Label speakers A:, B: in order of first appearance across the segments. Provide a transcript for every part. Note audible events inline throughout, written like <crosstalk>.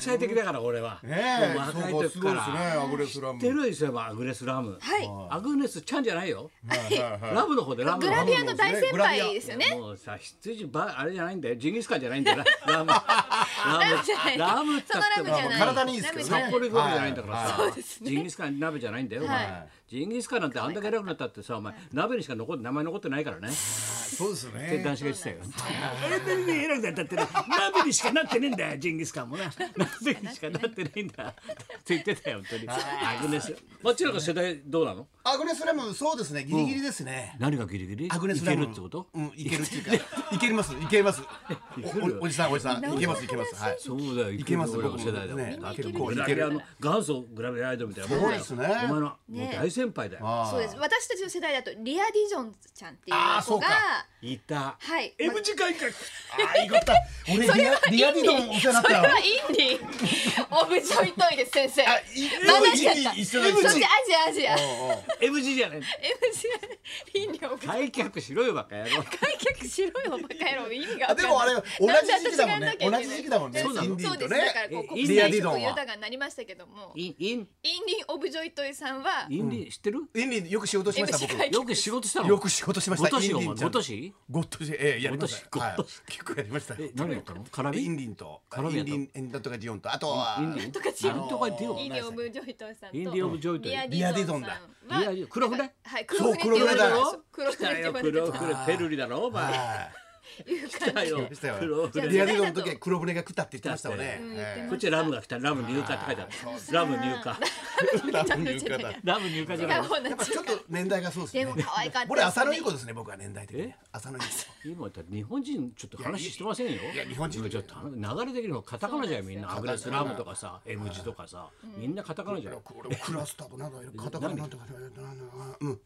A: 際的だから俺は、
B: ね
A: も
B: え
A: う若い時から
B: そうかすごいですねアグレスラ
A: 知
B: ム
A: ってるいえばアグレスラム、
C: はい
A: アグネスちゃんじゃないよ、
B: はいはいはい
A: ラブの方でラブ
C: グ
A: の
C: ラ
A: 方
C: ビアの大先輩ですよね。
A: もうさ羊ばあれじゃないんだよジンギスカンじゃないんだよ
C: <laughs>
A: なラムラム
C: じゃない
A: ラムっ
C: そ
A: て
C: の
A: 言っても
C: ラムじゃない。
B: 体にいいですけどね
C: ラ
A: 札
C: ムじ
A: 幌行
C: ゃない
A: くわけじゃないんだからさ、
C: はいそうですね
A: ジンギスカン鍋じゃないんだよ、お前
C: は
A: ジンギスカンなんてあんだけ偉くなったってさお前鍋にしか残って名前残ってないからね
B: そうです
A: って
B: ね
A: 男子が言ってたよあんなに偉くなったってな鍋にしかなってねえん <laughs> だよジンギスカンもな鍋にしかなってないんだって言ってたよ本当にアグネスもちろん世代どうなの
B: アグレスラムそうですねギリギリですね
A: 何がギリギリ
B: アグレ
A: い
B: スラ
A: け
B: ム
A: るってこと
B: うんいけるっていうかいけますいけます
A: る
B: おおじさんおじさんいけますいけますはい
A: そうだよい
B: いけます
A: 俺ら
B: 僕も
A: 世代だもん
B: ね
A: だって
B: 結構
A: グラ
B: いけ
A: ビア
B: る
A: の元祖グラビアアイドルみたいなもんだよ
B: そうですね
A: お前のもう
C: ね
A: 大先輩だよ
B: あー
C: そうです。私たちの世代だとリアディジョンちゃんってい
B: あー
C: う
B: そ
C: 子
B: う
C: が
B: か。
A: いた
C: はい。
A: M 字改革
B: あーよかった俺リアリアディドンお世話になっ
C: そ
B: た
C: れ
B: よ
C: はインディオブジョイトイです先生。
B: あ
C: まだ
B: い
C: ちゃった
B: 一緒
C: そ
B: だ一緒だ
C: してアジアアジア。
B: おうおう
A: M 字じゃない
C: MC 飲料が
A: 改革しろよバカ野郎
C: 開脚しろよバカ野郎意味が
B: あで
C: 分かんない
B: もあれ同じ時期だもん
C: な
B: ね
C: で私がやんなきゃい
B: 同
C: けない
B: じ時期だもんね
A: そうなの
B: インディ
C: そ
B: ー
C: うで
B: と
C: すだ
B: ね
C: からこう
A: え
C: 国際色
B: リアディドンは
C: 豊かになりましたけどもイン
A: インイン
C: ディオブジョイトイさんは
A: インディ知ってる
B: インディーよく仕事しました
C: MC
B: 僕
C: 会
A: よく仕事したの
B: よく仕事しまし
A: ご
B: た
A: とし
B: イン
A: お
B: デ
A: 前
B: ィーンちゃん
A: ごとし
B: ごっとしええやりました
A: ご
B: は
A: っ
B: い
A: とし
B: 結構やりました
A: え何やったの絡み
B: インディンと
A: 絡み
B: イ
A: や
B: ン
A: と
B: ディンエンドとかジオンとあとは
A: インディ
C: とかチーム
A: なんとかディオ
C: インディオブジョイトイさんと
A: インディオブジョイトイ
C: リアディドンさんは
A: リアディ黒船
C: はい
B: そう
C: 黒船って言われてます黒
A: 来
C: 船ったて言
A: よ
C: われて
A: 黒
C: ま
A: 黒ペルリだろお前
B: は
C: いう
A: 来た
C: 感じ
A: よ
B: い来ましたよ
A: 黒
C: じゃあ
B: リアディドンの時は黒船が来たって言ってましたよね
C: うん
B: え
A: こっちラムが来たラム入荷って書いてあるラム入荷
B: えラブニューカーだや
A: ラム入荷じゃ
C: 違
A: ないう
C: 方
B: っぱちょっと年代がそうです
C: で
B: ね
C: も可愛かったですね
B: 俺浅野ゆう子ですね僕は年代的に
A: え
B: 浅野ゆう
A: 今だって日本人ちょっと話してませんよ
B: いや日本人
A: 今ちょっと流れ的にもカタカナじゃんみんなアグレスラムとかさ M 字とかさみんなカタカナじゃん
B: 子俺クラスターとなんか片方なんとかなんとかうん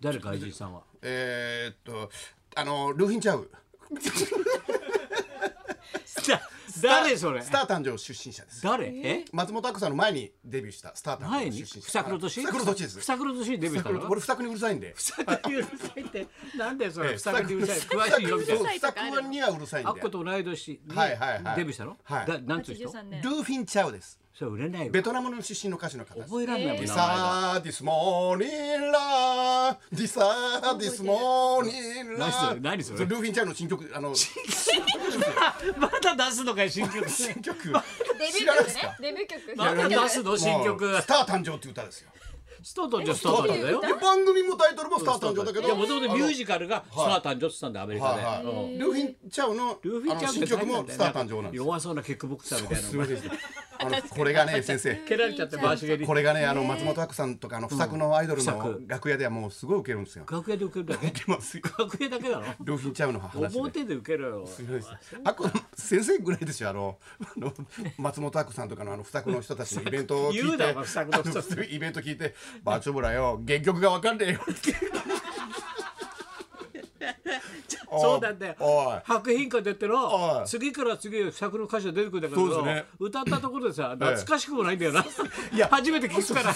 A: 誰外人さんは
B: えーっとあのルーフィンチャウ
A: 誰それ
B: スター誕生出身者です
A: 誰え
B: 松本明子さんの前にデビューしたスター誕
A: 前
B: 生
A: に
B: 出身者
A: 二黒年
B: ふさくろ年です
A: 二黒年にデビューしたの
B: <laughs> 俺二クにうるさいんで
A: ふさくにうるさいってなんでそれふさくにうるさい
B: ふ
A: 詳しいよみたいな
B: ふさくにはうるさいん
A: あ
B: で
A: っこと同い年に
B: はいはいはい
A: デビューしたの
B: はい
A: だなんつう人
C: 83年
B: ルーフィン・チャウです
A: それ売れないわ
B: ベトナムの出身の歌手の方です
A: 覚えられないもん
B: デ
A: 名
B: ィ
A: 前が
B: サーディスモーニーラーディサーディスモーニーラ
A: 何それ
B: ー
A: 何それ
B: ルーフィン・チャウの新曲あの新
A: まだ出すのかよ新曲
B: 曲
C: デビュ
B: 知
C: ー
B: らない
C: 曲
B: です
C: ね
B: か
C: デビュー曲
A: まだ出すの新曲
B: もうスター誕生っていう歌ですよ
A: スタートじゃスタートなんだよ
B: で番組もタイトルもスター誕生だけ
A: い
B: ど
A: やもともとミュージカルがスター誕生って言ってたんだよアメリカで
B: はい
A: うん
B: はいルーフィン・チャウの
A: ルーフィ
B: あ
A: ン
B: の
A: ちゃん
B: 新曲もスター誕生なんですよ
A: 弱そうなキックボクサーみたいな
B: すみませんでした。あのこれがね先生。
A: 蹴られちゃって回し蹴り
B: これがねあの松本明子さんとかあの不作のアイドル
A: 不
B: の
A: 作
B: 楽屋ではもうすごい受ける
A: <laughs>
B: んですよ。
A: 楽屋で受けるだけ
B: 受けますよ。
A: 楽屋だけだろ
B: ルーフィンチャウの話で。
A: 表で受けろよ
B: あこ先生ぐらいですよあのあの松本明子さんとかのあの不作の人たちのイベントを聞
A: 言う
B: い
A: な
B: て
A: お前不作の人
B: あ <laughs> のイベント聞いて「バーチョブラよ原曲がわかんねえよ」
A: <laughs> そうなんだよ
B: おい
A: 白品館でやって
B: お
A: の
B: い
A: 次から次へ不作の歌詞が出てくるんだけ
B: そ
A: ど、
B: うですね
A: 歌ったところでさ懐かしくもないんだよな、
B: いや
A: 初めて聞くか
B: <laughs>
A: ら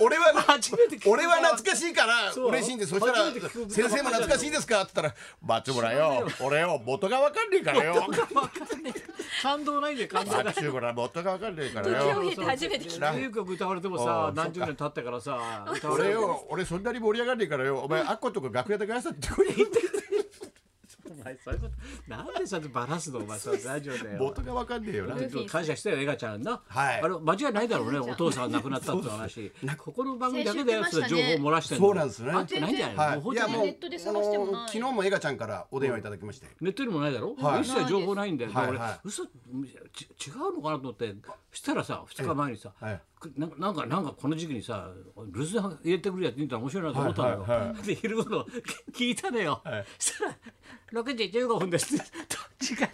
B: 俺はな
A: 初めて聞く
B: 俺は懐かしいから
A: そう
B: 嬉しいんでそしたら
A: 初めて聞く
B: 「先生も懐かしいですか?」って言ったら「バッチョブラよ俺よ元がわかんねえからよ
A: 感動ないんだよ感動
B: バ
A: が
B: ッチョブラ元がわかんねえから
C: 時を
B: よ
C: 経て初めて聞いた
A: デビュー曲歌われてもさ
B: おう
A: 何十年経ってからさ歌われ
B: 俺
A: ても
B: よ俺そんなに盛り上がんねえからよお前アッコとか楽屋で返したってこい
A: お前そういうことなんでさバラすのお前さラジオで
B: 元がわかんねえよな
A: ちょっと感謝してよ、エガちゃんな。
B: はい
A: あれ、間違いないだろうね、お父さん亡くなったって
B: <laughs>
A: 話。ここの番組だけでやつは情
C: 先週言ってましたね
A: 報漏らしてんの
B: そうなんですね
A: あってないんじゃない
B: は
A: の
B: い
A: もう本
B: い
A: 当
B: や
A: に
B: もう
C: ネットで探してもない
B: あの昨日もエガちゃんからお電話いただきまして
A: ネットにもないだろ
B: はい
A: 一切情報ないんだよ。
B: はい
A: 俺
B: は、
A: 嘘、ち違うのかなと思って、したらさ、二日前にさ
B: はい、
A: くなんか、なんか、なんかこの時期にさ、留守電入れてくるやつ見たら面白いなと思ったのよ
B: はいはいは。
A: で、昼頃聞いたのよ
B: い。
A: そしたら、6時15分ですって。時間、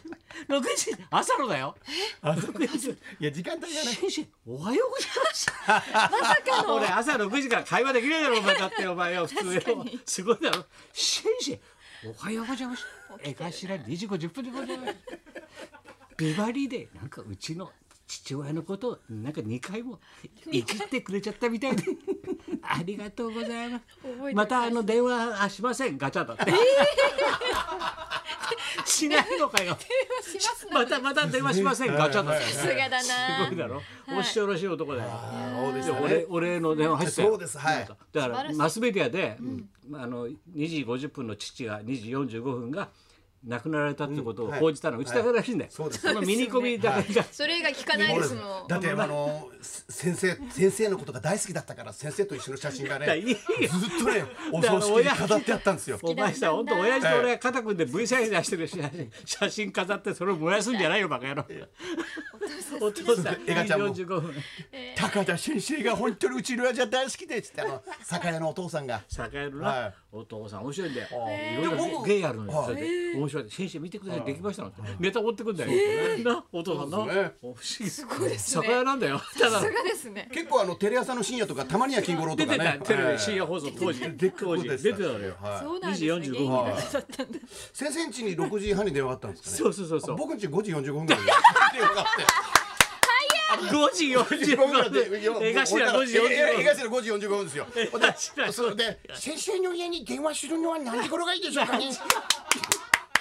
A: 6時、朝のだよ。6時。
B: いや時間帯がね
A: 先生おはようございます。まさかの。俺朝6時から会話できないだろお前だってお前よ普通よ。すごいだろ。先生おはようございます。えかしら2時50分でございます。ビバリーでなんかうちの父親のことをなんか2回も生きてくれちゃったみたいでありがとうございます
C: 覚えてます
A: またあの電話はしませんガチャだってしないのかよ。
C: します
A: またまた電話しませんか。ガチャだ。
C: さすがだ
A: すごい
C: な
A: だろ。押しおろしい男だよ。
B: ああ、そうでし
A: で
B: た
A: お礼
B: ね。
A: お礼の電話入ってたよ
B: そうですはい
A: なんかだか
C: 素晴
A: ら
C: らしい
A: マスメディアで、まああの2時50分の父が2時45分が亡くなられたってこと
B: う
A: を
B: んはい
A: 報じたのがうちだけらしいんだよ。
B: そうです。
A: このミニコミだけが
C: それ以外聞かないですもん
B: だってあの先生先生のことが大好きだったから先生と一緒の写真がね
A: いいよ
B: ずっ
A: <laughs>
B: とねお葬式に飾ってあったんですよ。
A: お前さ、本
C: 好きだ
A: 当
C: ったんだ
A: 親父と俺が肩組んで V サイン出してる写真写真飾ってそれを燃やすんじゃないよバカ野郎。お父さん、
B: 映画ちゃんも
A: 2時45分。
B: 高田先生が本当にうちの親父は大好きでっつってあの酒屋のお父さんが。
A: 栄える
B: は
A: ないお父さん面白いんだよ。
B: へ
A: いろい
B: で
A: ろ
B: 僕
A: 芸芸あるのよ。
B: はい
A: それで面白い。先生見てくださいできましたの。ネタ持ってくんだよ。なお父さんな。
B: そうですね
A: 不思議。す
C: ごいですね
A: 酒屋なんだよ。ただ
C: さすがですね
B: 結構あのテレ朝の深夜とかたまには金五郎
A: 出
B: とか
A: てた
B: ね。
A: テレ
B: は
A: ビ
B: い
A: 深夜放送当時
B: でっかい
A: 当
B: こと
A: 時
B: で
A: 出
B: してた
A: たのよ。
B: はい
C: そうなんですね
A: 2時45分
C: 元気な
B: はい
C: 方だったんだ
B: 先生ん家に6時半に電話あったんですかね。
A: そうそうそうそう。
B: 僕ん家5時45分ぐ
A: <laughs>
B: らいに電話があって。
A: 5時45分。江頭5時45分。
B: 江頭5時45分ですよ。ほんで
A: 頭
B: それで先生の家に電話するのは何時頃がいいでしょう
A: <laughs>
B: かね。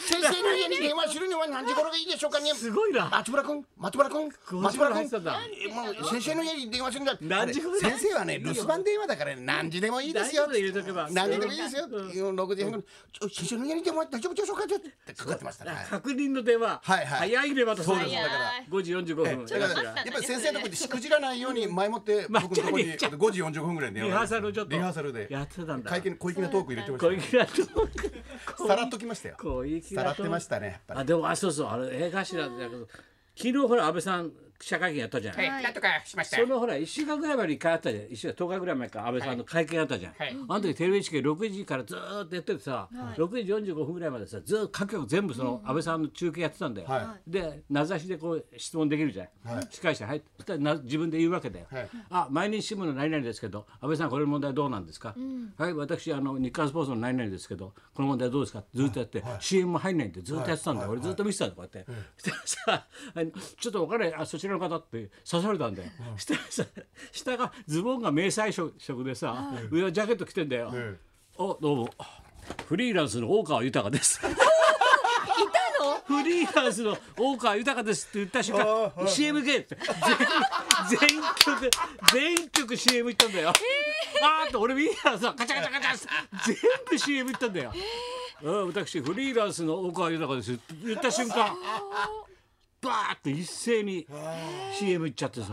B: 先生の家に電話するのは何時頃がいいでしょうかね。
A: すごいな。
B: 松村君、松村君、
A: 5
B: 松
A: 時から
B: 村
A: 入ってたん
B: 君。
A: だ。
B: えもう先生の家に電話するんだ。
A: 何時頃だ
B: あれ先生はね留守番電話だからね何時でもいいですよ
A: 大丈。夫入れとけば
B: 何時でもいいですよ。6時半頃ちょ先生の家に電話大丈夫でしょうかねってかかってましたね。はい
A: 確認の電話。
B: はいはい
A: 早いねまた
B: そうです
C: 早い
B: だから
A: 5時45分。
B: だから
C: ちょっと待ったんだ
B: や
C: ね
B: っぱり先生のとこにしくじらないように前もって僕のとこに
A: まあちょい
B: 5時45分ぐらいに電
A: リ
B: 話
A: ハ
B: が
A: ーサルをちょっと
B: リハーサルで
A: やってたんだ。
B: 会見小粋なトーク入れてました
A: 小
B: ね
A: 池だと
B: さらっときましたよ
A: 小池
B: さらってましたねやっぱ
A: あ
B: り
A: でもあそうそうあの映画頭だけど昨日ほら安倍さん記者会見やったじゃない。
D: はい、なんとかしました
A: そ。のほら1週間ぐらい前に一回あったじゃん1週間10日ぐらい前か安倍さんの会見あったじゃん、
D: はい
A: あの時テレビ NHK6 時からずーっとやっててさ、6時45分ぐらいまでさずーっと各局全部その安倍さんの中継やってたんだよ、
B: は
A: で名指しでこう質問できるじゃん、司会者入ってそしたらな自分で言うわけだよ、
B: はい
A: あ毎日新聞の何々ですけど安倍さんこれの問題どうなんですか、はい私あの日刊スポーツの何々ですけどこの問題どうですかずーっとやって、CM も入んないんでずーっとやってたんだよ、俺ずっと見てたんだこうやって、 <laughs> そしたらさあの「ちょっとお金あそちらの方」って刺されたんだよ、そしたらさ下がズボンが迷彩色色でさ、上はジャケット着てんだよ、
B: え
A: おどうもフリーランスの大川豊ですフリーランスの大川豊ですって言った瞬間 CM 系って全全曲全曲 CM 行ったんだよ。あーって俺見たらさガチャガチャガチャって全部 CM 行ったんだよ。うん私フリーランスの大川豊ですって言った瞬間バーって一斉に CM 行っちゃってさ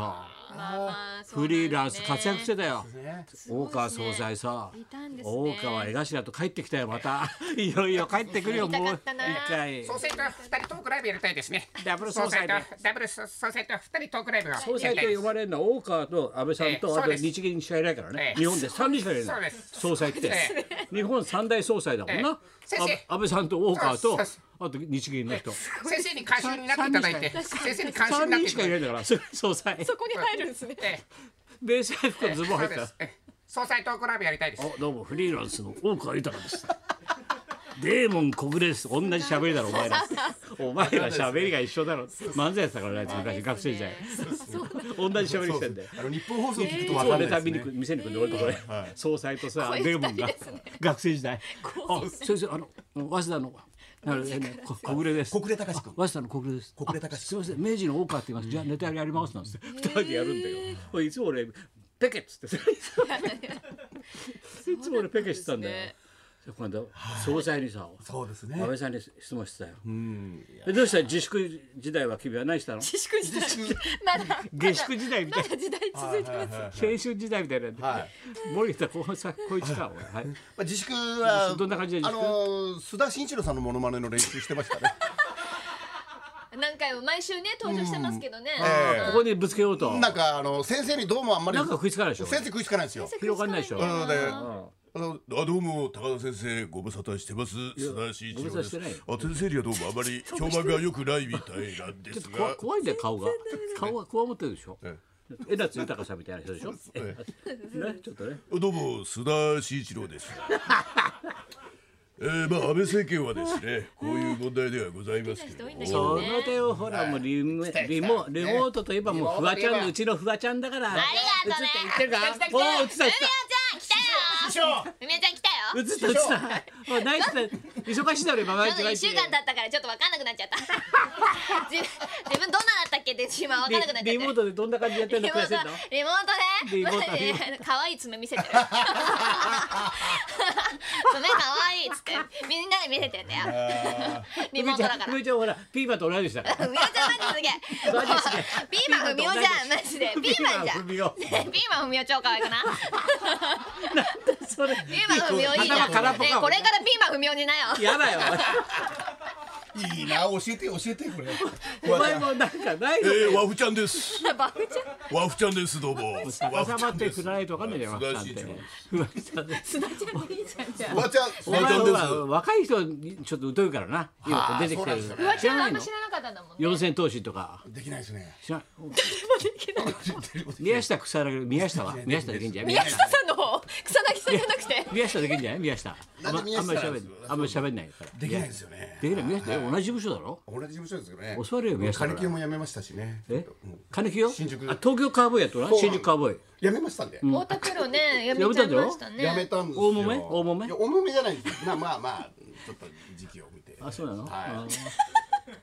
C: まあまあそう
A: フ
C: なんですね
A: リーランス活躍してたよ。
B: ね
A: 大川総裁さ、
C: いたんですね
A: 大川江頭と帰ってきたよま
D: <laughs>
A: たいよいよ帰ってくるよ
C: 見た
A: も
C: か
A: う
C: ったな
A: 一回
D: 総裁と二人トークライブやりたいですね。
A: ダブル総裁
D: と
A: で
D: ダブル総裁と二人トークライブをやりたい
A: 総
D: です。
A: 裁と呼ばれるのは大川と安倍さん
D: ええ
A: とあ
D: そう
A: と
D: です
A: 日銀しかいないからね
D: ええ
A: 日本で3人しかいない
D: そう
A: の
D: です
A: 総裁って
D: え
A: 日本三大総裁だもんな
D: ええ先生
A: あ安倍さんと大川
D: そう
A: と
D: そうそ
A: あと日銀の人
D: 先生に関心になっていただいて、先生に関心
A: 3
D: になっ
A: 人
D: てい
A: しか
D: た
A: いない
D: だ
A: い
D: て。
A: んだからそ
D: <laughs>
A: れ総裁
C: そこに入るんですね
D: え
A: ベースアイ服
D: え
A: とズボン入っ
D: そう
A: た
D: ですええ総裁トークライブやりたいです。
A: おどうもフリーランスの大川豊です <laughs> デーモン小暮です同じ喋りだろお前らお前ら喋りが一緒だろ漫才やってたからねあいつ昔学生時代同じ喋りしてんだよ
B: あの日本放送聞くとわ
A: そ
B: か
A: うん
B: な
A: で
B: いです
A: 旅に
B: ね
A: 来店に来るんで俺とこれ、総裁とさ
C: 声
A: デーモンが、
C: 二人ですね
A: 学生時代あ先生あの早稲田 <laughs> のあのえねこ小暮です
B: 小暮隆史君
A: 早稲田の小暮です
B: 小暮隆史
A: あすみません明治の大川って言います、じゃあネタやりやりますなんつって二人でやるんだよこれいつも俺ペケっつって <laughs> さいつも俺ペケしてたんだよでこの間総裁にさ、
B: そうですね
A: 安倍さんに質問してたよえどうした自粛時代は君は何した <laughs> の
C: 自粛時代まだ
A: 下宿時代みたい
C: まだ時代続いてます
B: はいはいはい
A: 青春時代みたいなんで、
B: はい
A: 森田こうさこいつか、俺はい、
B: まあ自粛は
A: どんな感じで
B: あ
A: 自粛
B: の須田慎一郎さんのモノマネの練習してましたね
C: 何回も毎週ね登場してますけどね
B: え
A: ここにぶつけようと
B: なんかあの先生にどうもあんまり
A: なんか食いつかないでしょ
B: 先生食いつかないんですよ
A: 広がんないでしょ
B: うんで
A: うん
B: あのあどうも高田先生ご無沙汰してます須田慎一郎です
A: ご無沙汰して
B: あ先生にはどうもあ
A: <laughs>
B: まり評判が良くないみたいなんで
A: ちょっ
B: す
A: と怖
B: が
A: 怖いんだよ顔が顔がこわもってるでしょ
B: え
A: 江夏豊さんみたいな人でしょ
B: え
A: ねちょっとね
B: どうも須田慎一郎
A: <laughs>
B: です。えー、まあ安倍政権はですね、こういう問題ではございますけど
C: うん
B: も、
A: その手をほらもうリモリモリモートといえばもうフワちゃんのうちのフワちゃんだからあり
C: がとね
A: 映ってるかおお映った映った
C: 梅ちゃん来たよ梅ちゃん来たよた
A: 映った映った。もうナイスだ。忙しいだろ今毎日
C: 1
A: 毎日。
C: 週間経ったからちょっと分かんなくな
A: <laughs>
C: っちゃった自自分どんなだったっけって今分かんなくなっちゃって
A: リリモートでどんな感じでやってるの
C: リモ
A: 暮ら
C: ー
A: せ
C: ト
A: んの？
C: リモ
A: リモ
C: ー
A: ー
C: ト
A: ト
C: ね
A: リモ
C: <laughs> 可愛い爪見せてる爪可愛いっつってみんなで見せてんだよリモートだか
A: ふ
C: ら
A: みちゃんふみちゃんほらピーマンと同い年だから。
C: みおちゃんマジすげえ
A: マジすげえ
C: ピーマンふみおじゃんマジでピーマンじゃ
A: <laughs>
C: ん
A: ピーマン
C: ピーマンふみお超可愛くない
A: それ。
C: ピーマンふみおいいじゃん
A: 頭空っぽ
C: ねえ
A: かも
C: これからピーマンふみおになよ
A: やだよ。
B: いいな教えて教えてこれ。
A: お前もなんかない
B: え
A: の。
B: ー、和ふちゃんです。
C: バフちゃん
B: 和ふちゃんですどうも。
A: 逆さまって振らないとわかんないじゃん。
B: 素
A: わかんな
B: 晴ら
A: いっ
B: しい
A: て
B: 情報。。
A: ふわきさんです。
B: 和ちゃん
A: お前
B: 和ちゃんです。
A: は若い人にちょっと疎いからな。今出てきてる
B: そうなん。
C: フワ
A: 知
C: ち
A: ら
C: ゃん
A: な
C: あ
A: い
C: んま
A: の
C: 知？らなかったんだもんね
A: 四千投資とか。
B: できないですね。
A: 知らん。宮下草薙宮下は宮下できんじゃん。
C: 宮下さんの方草薙さんじゃなくて
A: 宮下できんじゃない宮下あんま
B: なんで宮
A: あんま
B: 下
A: り喋
B: なん
A: ん
B: ですか
A: あんまり喋んないから
B: できないですよね。
A: できない宮下え同じ事務所だろ
B: 同じ事務所ですけどね。
A: 教われよ宮下から
B: 金木も辞めましたしね。
A: え金木よあ
B: 新宿
A: 東京カーボーイやっとら
B: そう
A: 新宿カーボーイ
B: 辞めましたんで。
C: 太田プロねやめ
A: やめ
C: ちゃ
A: た
C: い
A: んだろ
C: ましたね
B: やめたんですよ。
A: 大揉め大揉め
B: いや大揉めじゃないんですよ。まあまあまあちょっと時期を見て。
A: あそうなの
B: は
A: あ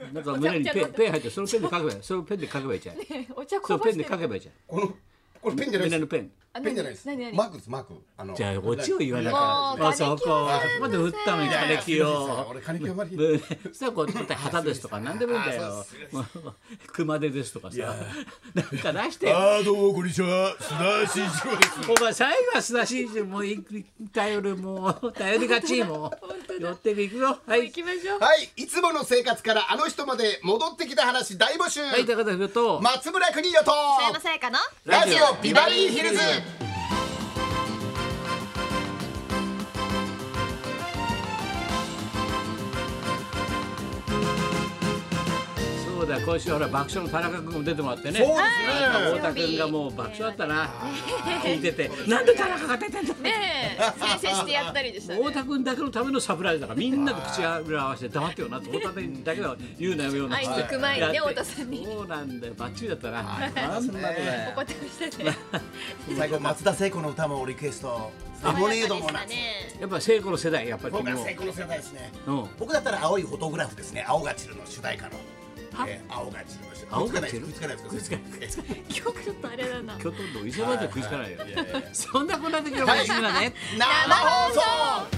A: ーなんか胸にペンペン入ってそのペンで書けばいいそのペンで書けばいいじゃん
C: お茶
A: そ
C: こ
A: の
C: ぼ
A: ペン
C: して
A: で書
C: <laughs> る
A: けばいいじゃん
B: このこれペンじゃない
A: 胸
B: で
A: の
B: す。
A: ペン
B: ペンじゃないです。マ
C: 何何
B: ークですマークあの。
A: じゃあオチを言わな
C: も
A: か
C: う
A: ったあそ
C: 金木
A: こまだ振ったのに金木
B: <laughs>
A: よ
B: 俺金木あまり。
A: 胸そしたらこうちょっと旗ですとか何でもいいんだ
B: あ
A: よ
B: そ
A: もう熊手ですとかさなんか出してよ
B: ああどうもこんにちは須田慎一郎です。
A: お前最後は須田慎一もうい頼るもう頼りがちもう寄っていくよはい
C: 行きましょう
B: はい、いつもの生活からあの人まで戻ってきた話大募集、
A: はいということで言うと
B: 松村邦洋と
C: 佐山さやかの
B: ラジオビバリーヒルズ
A: そうだ今週ほら爆笑の田中君も出てもらってね
B: そうですね
A: 太田君がもう爆笑だったな聞いててなんで田中が出てんだ
C: ねえ先生してやったりでしたね
A: 太田君だけのためのサプライズだからみんなで口裏合わせて黙ってよなって太田君だけは言うなよような
C: 会いに行く前にね太田さんに
A: そうなんだよバッチリだったなあんなことだよ
C: 怒ってましたね
B: 最後松田聖子の歌もリクエストレモネードもな
C: 爽やかでしたね
A: やっぱ聖子の世代やっぱり
B: 僕
A: 君
B: は
A: も
B: 聖子の世代ですね、
A: うん
B: 僕だったら青いフォトグラフですね青が散るの主題歌の
A: は
B: えー青が散るの主題
A: 青が散る
B: くっつかないですくっつかないです
C: 曲ちょっとあれだな
A: きょとんど伊勢まで食いつかないよそんなこんな時の話にはね
B: 生
C: 生放送